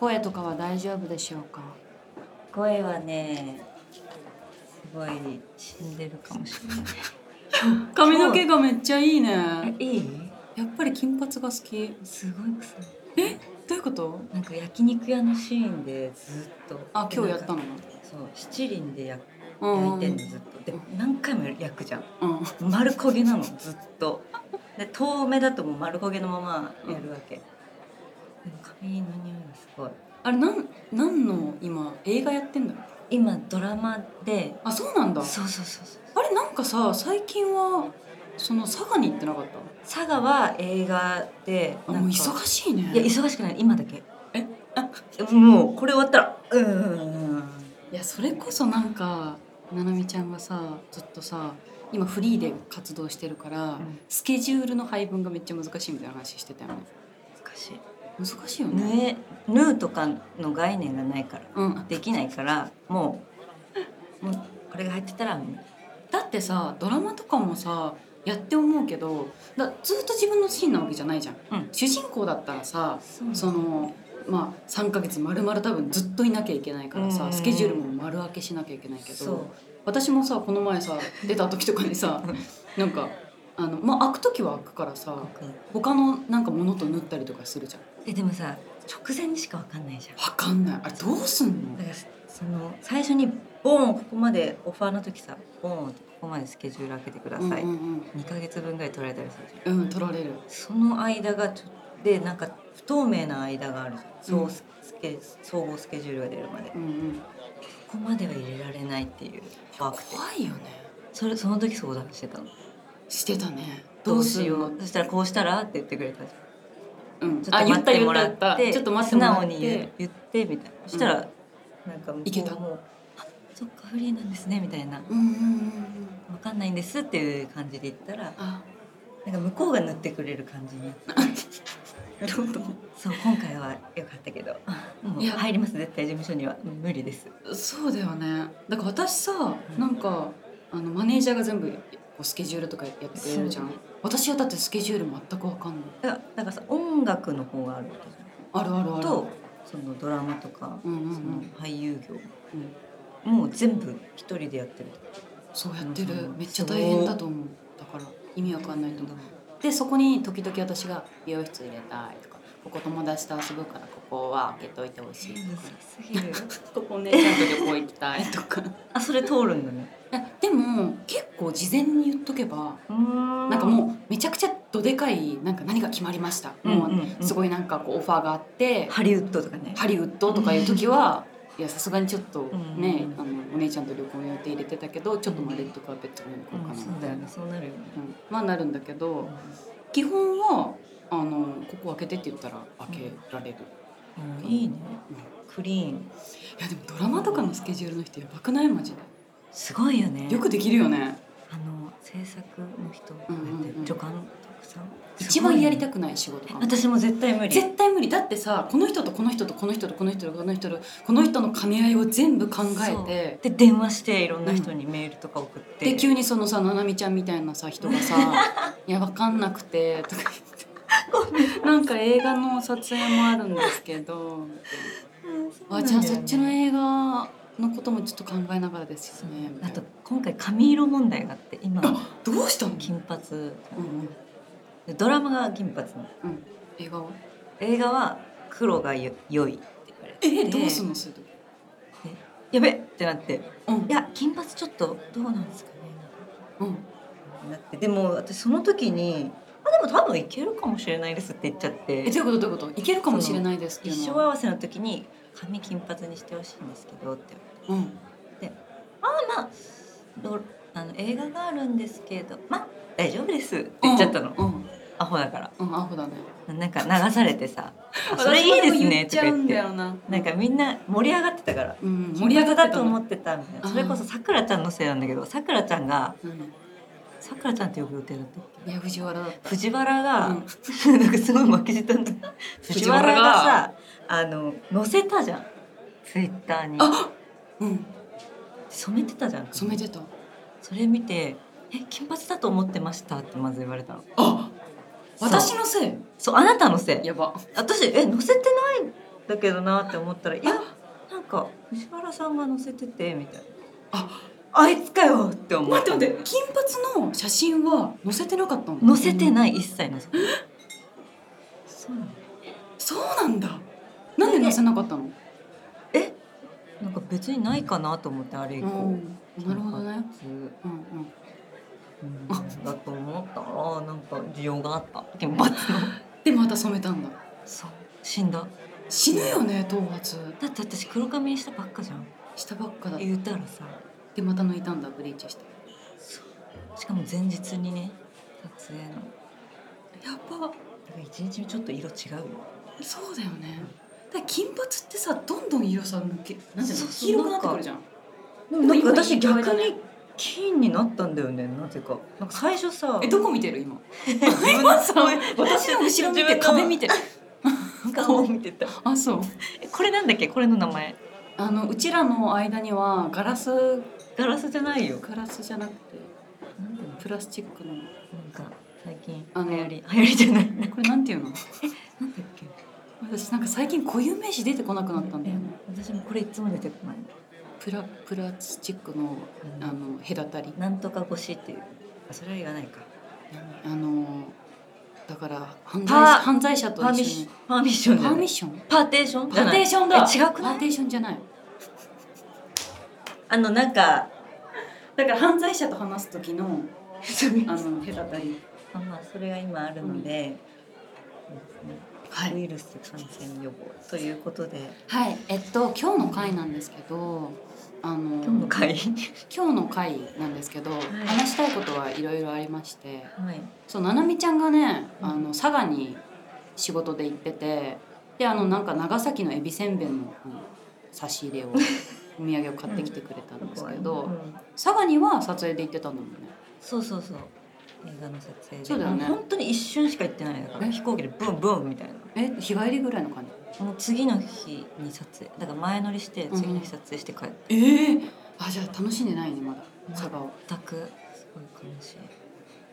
声とかは大丈夫でしょうか声はねすごい死んでるかもしれない髪の毛がめっちゃいいねえいいやっぱり金髪が好きすごい臭いどういうことなんか焼肉屋のシーンでずっとあ今日やったののそう七輪で焼うん焼いてんのずっとで何回も焼くじゃんうん丸焦げなのずっとで遠目だともう丸焦げのままやるわけ、でも髪の匂いがすごいあれなんなんの今映画やってんだろ今ドラマであそうなんだそうそうそうそうあれなんかさ最近はその佐賀に行ってなかった佐賀は映画であなもうんか忙しいねいや忙しくない今だけえもうこれ終わったらうーんいやそれこそなんかななみちゃんがさずっとさ今フリーで活動してるから、んスケジュールの配分がめっちゃ難しいみたいな話してたよね難しい難しいよね縫え縫うとかの概念がないからうんできないからもうもうこれが入ってたらだってさドラマとかもさやって思うけどだずっと自分のシーンなわけじゃないじゃん、うん主人公だったらさそうそのまあ3ヶ月丸々多分ずっといなきゃいけないからうさんスケジュールも丸開けしなきゃいけないけそうど私もさこの前 さ出た時とかにさなんかあのまあ開く時は開くからさ、他のなんかものと縫ったりとかするじゃんえでもさ直前にしかわかんないじゃんわかんないあれどうすんのだからその最初にボーンここまでオファーの時さボーンここまでスケジュール開けてくだうんさい、うん2ヶ月分ぐらい取られたりするじゃんうん、うん、取られるその間がちょでなんか不透明な間があるじゃんそうスケ総合スケジュールが出るまでうんうんここまでは入れられないっていう怖くて怖いよねそれその時相談してたのしてたねどうしよどうそしたらこうしたらって言ってくれたじゃんう、うん、ちょっあと言待っったて言もったら言ってたっちょっと待って素もら直っに言てう言ってみたいなそしたら、なんかもういけたもうあそっかフリーなんですねみたいなうんうんうんうんわかんないんですっていう感じで言ったらあなんか向こうが塗ってくれる感じになって なるほそう今回は良かったけどもういや入ります絶対事務所には無理ですどそうだよねだから私さうんなんかあのマネージャーが全部こうスケジュールとかやってくれるじゃんそう私はだってスケジュール全くわかんないだからなんかさ音楽の方があるわけじゃあるあるあんるとそのドラマとか、うんうんうそのん俳優業うんもう全部一人でやってるそうやってうんるうんめっちゃ大変だと思うだから意味わかんないと思うでそこに時々私が美容室入れたいとかここ友達と遊ぶからここは開けといてほしいとかすぎるここお姉ちゃんと旅行行きたいとかあそれ通るんだねえでも結構事前に言っとけばななんかもうめちゃくちゃどでかいなんか何が決まりました、もうすいごいなんかこうオファーがあって、ハリウッドとかねハリウッドとかいう時は。いやさすがにちょっとね、うんあのお姉ちゃんと旅行の予定入れてたけどちょっとマレットカーペットのように行こうかな、そうだよねそうなるよねうん、まあなるんだけど基本はあのここ開けてって言ったら開けられる、うんいいねうんいクリーンやでもドラマとかのスケジュールの人やばくないマジですごいよねよくできるよねあの制作の人うんうんうん助監督さん一番やりたくくない仕事かも私も絶対無理絶対無理だってさこの人とこの人とこの人とこの人とこの人とこの人の兼ね合いを全部考えてで電話していろんな人にメールとか送ってで急にそのさななみちゃんみたいなさ人が さ「いやわかんなくて」とか言って「なんか映画の撮影もあるんですけど」みたいなあじゃあそっちの絵映画のこともちょっと考えながらですよね。みたあいなと今回髪色問題があって今あどうしたの？金髪うんうんでドラマが金髪のうん映画は映画は黒がよ良いって言われてえどうすんのするとき？やべってなってうんいや金髪ちょっとどうなんですかねうんなってでも私その時にあでも多分いけるかもしれないですって言っちゃっえてどういうことどういうこと？いけるかもしれないですけど。一生合わせの時に髪金髪にしてほしいんですけどってうんあまあどあの映画があるんですけどまあ大丈夫ですって言っちゃったの、うんアホだからうんアホだね。なんか流され てさ「あそれいいですね」と私も言っちゃかう言っんだてよな。なんかみんな盛り上がってたからうん盛り盛り上が上がっってたたと思の。ってたみたいあなーそれこそさくらちゃんのせいなんだけどさくらちゃんがうんさくらちゃんって呼ぶ予定だったっいや藤原だっけ藤原た。が、うん なんかすごい負けじとんだ藤藤原が原がさあの載せたじゃんツイッターにあうん染めてたじゃん染めてた。それ見て「え金髪だと思ってました」ってまず言われたのあそう私のせい。そうあなたのせいやば。私え載せてないだけどなって思ったら「いやなんか藤原さんが載せてて」みたいな「ああいつかよ!」って思待っってた待って金髪の写真は載せてなかったの載せてない一切載せてないそうなのそうなんだなんで載せなかったの、えなんか別にないかなと思ってあれ以う降、ん、なるほどね金髪うんうんうんだと思ったらなんか需要があった 金髪のでまた染めたんだそう死んだ死ぬよね頭髪しだって私黒髪にしたばっかじゃんたばっかだ言ったらさでまた抜いたんだブリーチしてしかも前日にね撮影のだかやばら一日目ちょっと色違うよそうだよねだから金髪ってさどんどん色さ抜けなんていうそうそうの黄色くなってくるじゃんでもなんか今私いい具合逆だねに金になったんだよねなぜかなんか最初さえどこ見てる今今さ私の後ろ見て壁見てる 顔見てたあそうえこれなんだっけこれの名前あのうちらの間にはガラスガラスじゃないよガラスじゃなくてなんだろプラスチックのうなんか最近あの流行り流行りじゃないなんだっこれなんていうのけ私なんか最近固有名詞出てこなくなったんだよねえ私もこれいつも出てこないプラプラスチックのあの隔たりなんとか腰っていうあそれは言わないかあのだから犯パ罪ー犯罪者とパーミッ一緒ションにパーミッションじパゃーなミッいションパーテーションパーテーションだえ違くパなーテいーションじゃないあのなんかだから犯罪者と話す時のああの隔たりのまあそれが今あるので、そうですねはウイルス感染予防ということではいえっと今日の回なんですけどあの今日の会今日の回なんですけど、話したいことはいろいろありましてはいそうななみちゃんがねうんあの佐賀に仕事で行っててであのなんか長崎のエビせんべいのあの差し 入れをお土産を買ってきてくれたんですけど、うん佐賀には撮影で行ってたんだもんねそうそうそう映画の撮影でそうだよねも本当に一瞬しか行ってないだからえ飛行機でブンブンみたいなえ日帰りぐらいの感じもう次の日に撮影だから前乗りして次の日撮影して帰ってええあじゃあ楽しんでないねまだ佐賀を全くすごい悲しい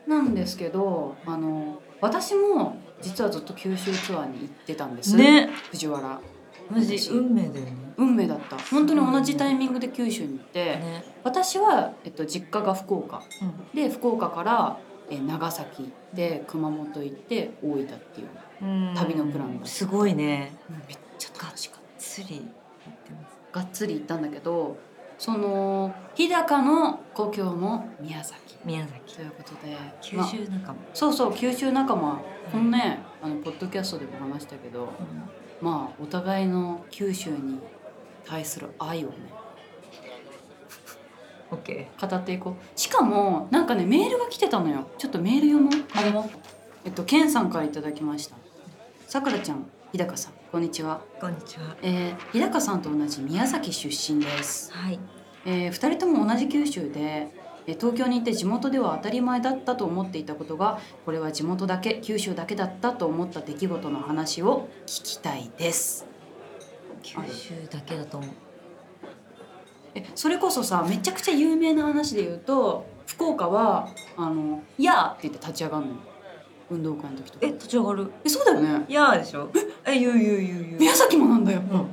なんですけどあの私も実はずっと九州ツアーに行ってたんです、ね藤原マジ私運命だよね運命だった本当に同じタイミングで九州に行って、ね、私は、えっと、実家が福岡うんで福岡からえー長崎行って熊本行って大分っていう旅のプランがすごいねめっちゃ楽しかっ釣り行ってますたがっつり行ったんだけどその日高の故郷も宮崎宮崎ということで九まあ州仲間、そうそう九州仲間このねあのポッドキャストでも話したけどまあお互いの九州に対する愛をねオッケ語っていこうしかもなんかねメールが来てたのよちょっとメール読もうあれもえっとケンさんからいただきましたさくらちゃん日高さんこんにちは、ーこんにちはえー、日高さんと同じ宮崎出身です、はいえ2人とも同じ九州でえー東京に行って地元では当たり前だったと思っていたことがこれは地元だけ九州だけだったと思った出来事の話を聞きたいです九州だけだと思うえそれこそさめちゃくちゃ有名な話で言うと福岡は「あのやあ!」って言って立ち上がるのよ運動会の時とかえ立ち上がるえそうだよねいやーでしょえ言う言う言う言宮う崎もなんだようん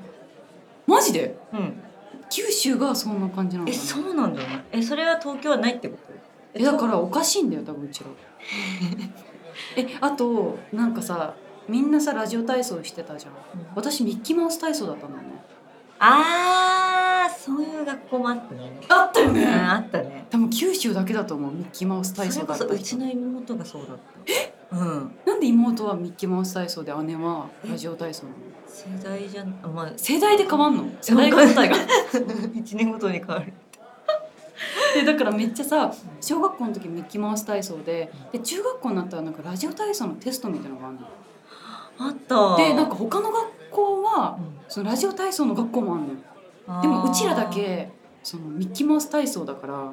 マジでうん九州がそんな感じなのかえなそうなんだよねえそれは東京はないってことえだからおかしいんだよ多分うちらえあとなんかさみんなさラジオ体操してたじゃんうん私ミッキーマウス体操だったんだよねあーそういう学校もあったねあったようんあったね 多分九州だけだと思うミッキーマウスそ体れ操こだったそ人うちの妹がそうだったえうんなんで妹はミッキーマウス体操で姉はラジオ体操なの世代じゃんあまあ世代で変わんの世代交代が 一年ごとに変わるでだからめっちゃさ小学校の時ミッキーマウス体操でで中学校になったらなんかラジオ体操のテストみたいなのがあるのあったでなんか他の学校はうんそのラジオ体操の学校もあるのよあーでもうちらだけそのミッキーマウス体操だからう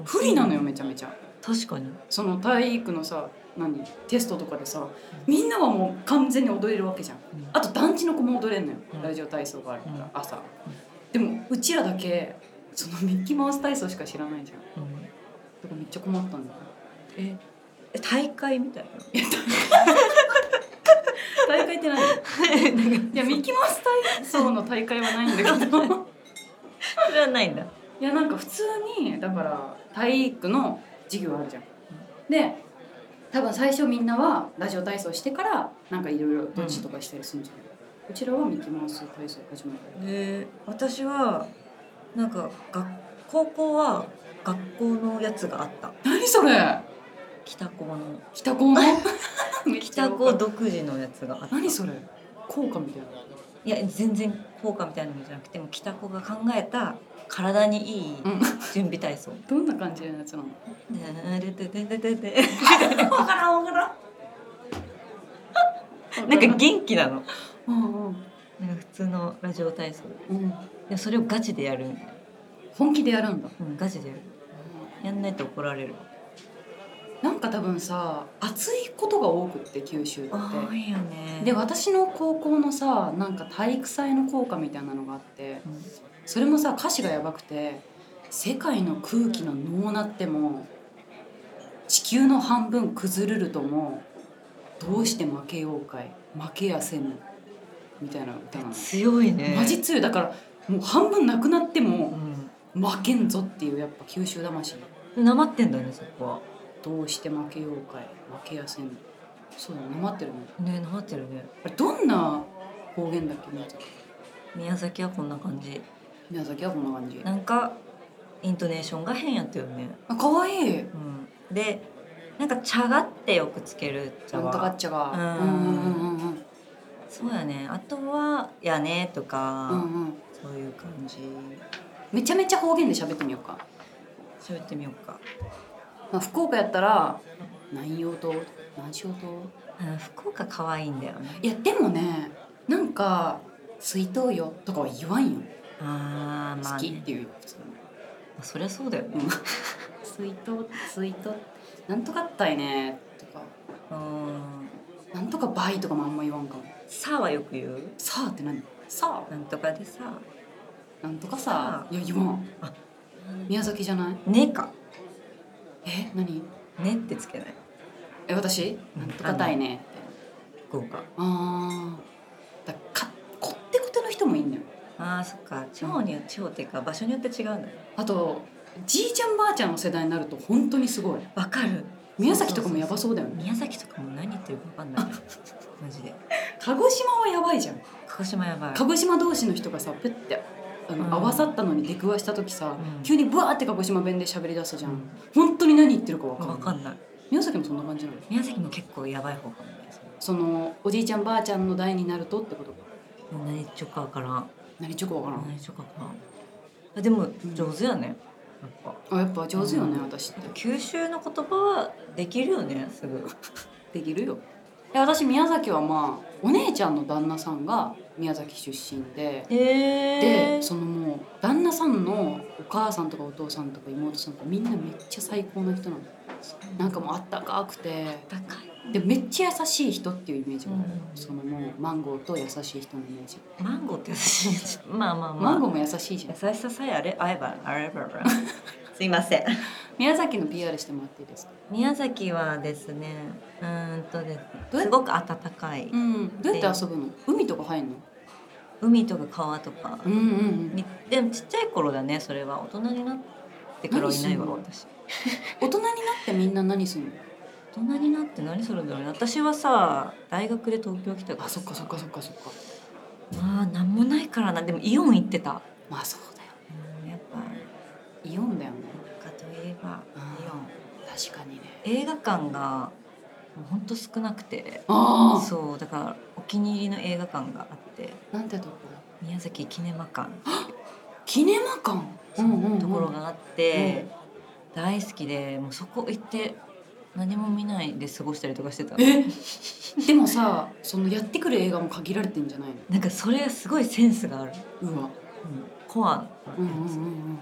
ん不利なのよめちゃめちゃ確かにその体育のさ何テストとかでさみんなはもう完全に踊れるわけじゃんあと団地の子も踊れんのよ、うんラジオ体操があるから、うん朝、でもうちらだけそのミッキーマウス体操しか知らないじゃんだうんからめっちゃ困ったんだよえ大会みたいな大会って 何いやミッキーマウス体操の大会はないんだけ どそれはないんだいやなんか普通にだから体育の授業あるじゃん。で多分最初みんなはラジオ体操してからなんかいろいろドッジとかしたりするんじゃない、うこちらはミッキーマウス体操始まるで私はなんか学高校は学校のやつがあった何それ北高の 北高の北高独自のやつがあった何それ効果みたいないや全然効果みたいなのじゃなくてもう北高が考えた体にいいうん準備体操どんな感じのや つなのででででででわからんわからん なんか元気なのうんうんなんか普通のラジオ体操うんでそれをガチでやるんだよ、本気でやるんだうん、ガチでやるやんないと怒られるなんか多分さ暑いことが多くって九州って多いよねで私の高校のさなんか体育祭の効果みたいなのがあってうんそれもさ歌詞がやばくて「世界の空気の脳なっても地球の半分崩れるともどうして負けようかい負けやせぬ」みたいな歌なの。強いねマジ強いだからもう半分なくなってもう負けんぞっていうやっぱ九州魂んなまってんだねそこどうして負けようかい負けやせぬそうだなまってるねはねなまってるねあれどんな方言だっけ宮崎宮崎はこんな感じ宮崎はこんな感じなんかイントネーションが変やったよね、あ可愛いうん、でなんか「茶が」ってよくつける「茶なんとかっはちゃがううんんうんうんうんそうやねあとは「やね」とか、うんうんそういう感じめちゃめちゃ方言で喋ってみようか、喋ってみようかまあ、福岡やったら何用と何しようとうん福岡可愛いんだよねいやでもねなんか水筒よとかは言わんよあーま好あ、きっね、ていうよ普通にそりゃそうだよね水筒水筒なんとかったいねとかうんなんとかバイとかもあんま言わんかも「さ」はよく言うさあって何さなんとかでさあなんとかさあいや言わん宮崎じゃない「ね」かえ何「ね」ってつけないえ私なんとかたいねって福岡あーだかこってこての人もいいんだよあーそっか地方に地方っていうか場所によって違うんだよあとじいちゃんばあちゃんの世代になると本当にすごいわかる宮崎とかもやばそうだよね宮崎とかも何言ってるかわかん ないマジで鹿児島はやばいじゃん鹿児島やばい鹿児島同士の人がさプッてあの、うん合わさったのに出くわした時さ、うん急にブワーって鹿児島弁で喋り出すじゃん、うん本当に何言ってるか分かんなわいかんない宮崎もそんな感じなの宮崎も結構やばい方かもねそのおじいちゃんばあちゃんの代になるとってことか何言っちょかわからん何ちょこ分から何ん、言っちょかわからんあでも上手やね、やっぱあやっぱ上手よね、うん私って九州の言葉はできるよねすぐできるよいや私宮崎はまあお姉ちゃんの旦那さんが宮崎出身でへえでそのもう旦那さんのお母さんとかお父さんとか妹さんとかみんなめっちゃ最高な人なのなんかもうあったかくて高いでめっちゃ優しい人っていうイメージがある、うんそのもうマンゴーと優しい人のイメージマンゴーって優しいしまあまあまあマンゴーも優しいじゃん優しささえあれ合えばあれば すいません宮崎の PR してもらっていいですか宮崎はですねうーんとですどうやすごく暖かい、うんどうやって遊ぶの海とか入んの海とか川とか、うんうんうんみでもちっちゃい頃だねそれは大人になってからはいないわ何私大人になってみんな何するの大人になって何するんだろうね私はさ大学で東京来たからあそっかそっかそっかそっかまあ何もないからなでもイオン行ってた、まあそうだようん、やっぱイオンだよね田舎といえばイオン確かにね映画館がもうほんと少なくてああそうだからお気に入りの映画館があってなんてとこ宮崎キネマ館キネマ館そのところがあって、大好きでもうそこ行って何も見ないで過ごしたりとかしてたえ でもさそのやってくる映画も限られてんじゃないのなんかそれすごいセンスがある、うわうんコアうんのうんうんやうつ、ん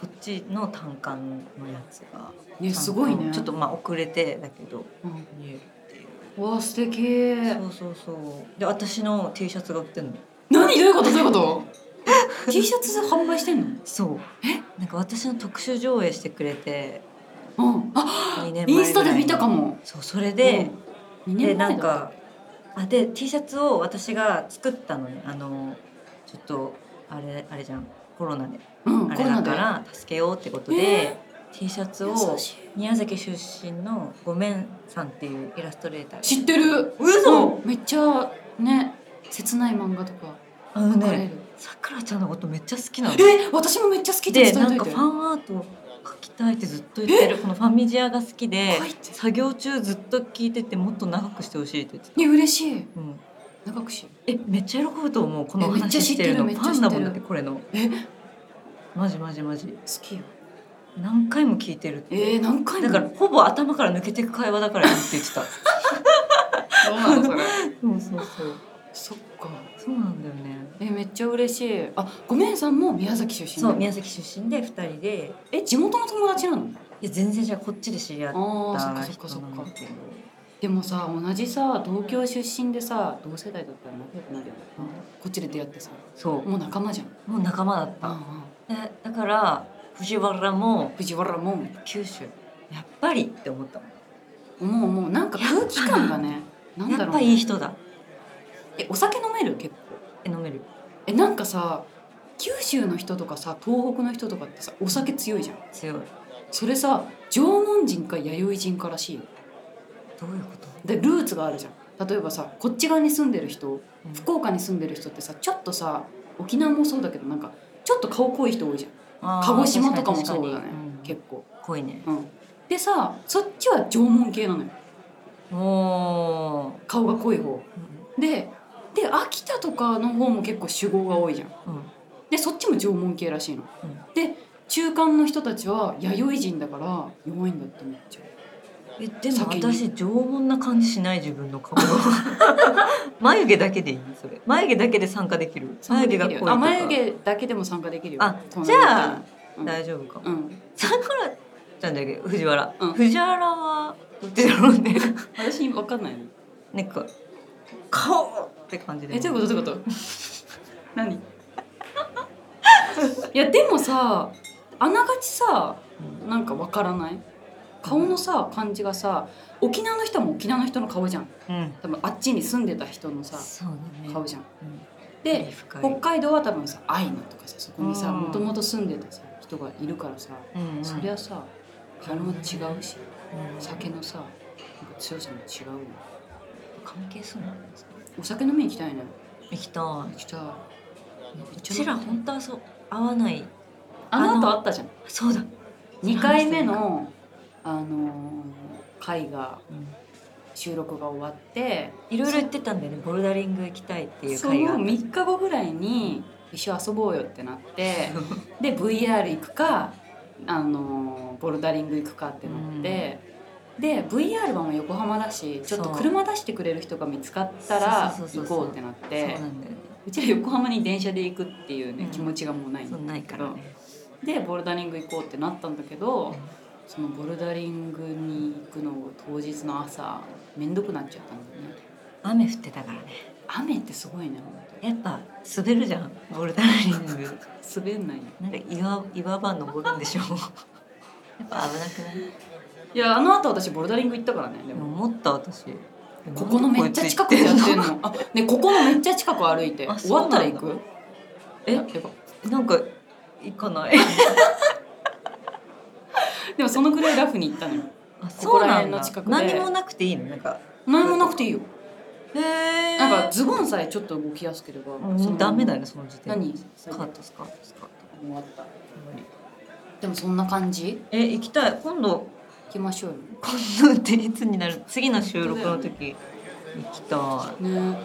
こっちの単館のやつがうんねすごいねちょっと、まあ遅れてだけどうん見えるっていううわ素敵そうそうそうで私の T シャツが売ってんの何どういうことどういうこと T シャツ販売してんの そうえなんか私の特集上映してくれてうんあ2年前ぐらいにインスタで見たかもそうそれで、うん、2で年な前んだかあで T シャツを私が作ったのねあのちょっとあれあれじゃんコロナでうんあコれロナだでから助けようってことえで T シャツを優しい宮崎出身のごめんさんっていうイラストレーター知ってる嘘うんめっちゃね切ない漫画とかあの書かれねる、さくらちゃんのことめっちゃ好きなのえ私もめっちゃ好きってで伝えなとんいかてファンアートを描きたいってずっと言ってるこのファミジアが好きで書いて作業中ずっと聞いててもっと長くしてほしいって言ってた、ね嬉しいうん、長くしようえめっちゃ喜ぶと思うこのえめっちゃ話知っしててるるのめっちゃ知フってるァンだもんだってこれのえ好マジマジマジきよ何回も聞いてるってえー、何回もだからほぼ頭から抜けていく会話だからいいって言ってたどうなのそれ そうそうそうそっかそうなんだよねえめっちゃ嬉しいあごめんさんも宮崎出身そなうの宮崎出身で2人でえ地元の友達なのいや全然じゃあこっちで知り合っああそったかそっ人かそっなんかだけどでもさ同じさ東京出身でさ同世代だったら仲良くなるよねこっちで出会ってさそもう仲間じゃんうもう仲間だったあでだから藤原も藤原も九州やっぱりって思ったもんもうもうなんか空気感がねなんだろやっうねぱいい人だえお酒飲める結構え飲めるえなんかさ九州の人とかさ東北の人とかってさお酒強いじゃん強いそれさ縄文人か弥生人からしいよどういうこと、でルーツがあるじゃん例えばさこっち側に住んでる人うん福岡に住んでる人ってさちょっとさ沖縄もそうだけどなんかちょっと顔濃い人多いじゃあんー鹿児島とかもそうだ確ねかに確かにうん結構濃いねうんでさそっちは縄文系なのよも顔が濃い方う、でで秋田とかの方も結構酒豪が多いじゃんうんうんでそっちも縄文系らしいのうんで中間の人たちは弥生人だから弱いんだってめっちゃえでも先に私縄文な感じしない自分の顔 眉毛だけでいいそれ眉毛だけで参加できる眉毛が濃いとかあ眉毛だけでも参加できるよあこのじゃあうん大丈夫かもうんさくらちゃんだけ藤原、うん藤原はどっちだろうね私に分かんないの なんか顔って感じでえどういうことどういう こと何 いやでもさあながちさうんなんかわからない顔のさ感じがさ沖縄の人も沖縄の人の顔じゃんうん多分あっちに住んでた人のさそうだね顔じゃんうんで深い北海道は多分さアイヌとかさそこにさうんもともと住んでたさ人がいるからさうんうんそりゃさ顔も違うしうん酒のさなんか強さも違うよ関係そうなんですかお酒飲み行きたいね行きたい行きたいうちら本当はそう合わないあの後あったじゃんそうだ2回目の、あのー会がうん収録が終わっていろいろ言ってたんだよねボルダリング行きたいっていうそ会があのった3日後ぐらいに一緒遊ぼうよってな ってで VR 行くか、あのーボルダリング行くかってなって、で VR はもう横浜だしちょっとそう車出してくれる人が見つかったらそうそ行うそうこそうそううってなっそうてなんだよねうちら横浜に電車で行くっていうね、うん気持ちがもうないんそだうないからねでボルダリング行こうってなったんだけど、うんそのボルダリングに行くのを当日の朝めんどくなっちゃったんだよね雨降ってたからね雨ってすごいねやっぱ滑るじゃんボルダリング滑んないよ なんか岩岩場登るんで しょやっぱ危なくないいやあの後私ボルダリング行ったからねででもも思った私ここのめっちゃ近くでやってんのあねここのめっちゃ近く歩いてあ終わったら行そうなくえやっぱなんか行かないでもそのくらいラフに行ったのよ あこそらうな辺んのだ近くで何もなくていいのなんか何もなくていいよへえなんかズボンさえちょっと動きやすければそのダメだよねその時点で何スカートスカートスカート終わったでもそんな感じえ行きたい今度行きましょうよ今度っていつになる次の収録の時行きたいね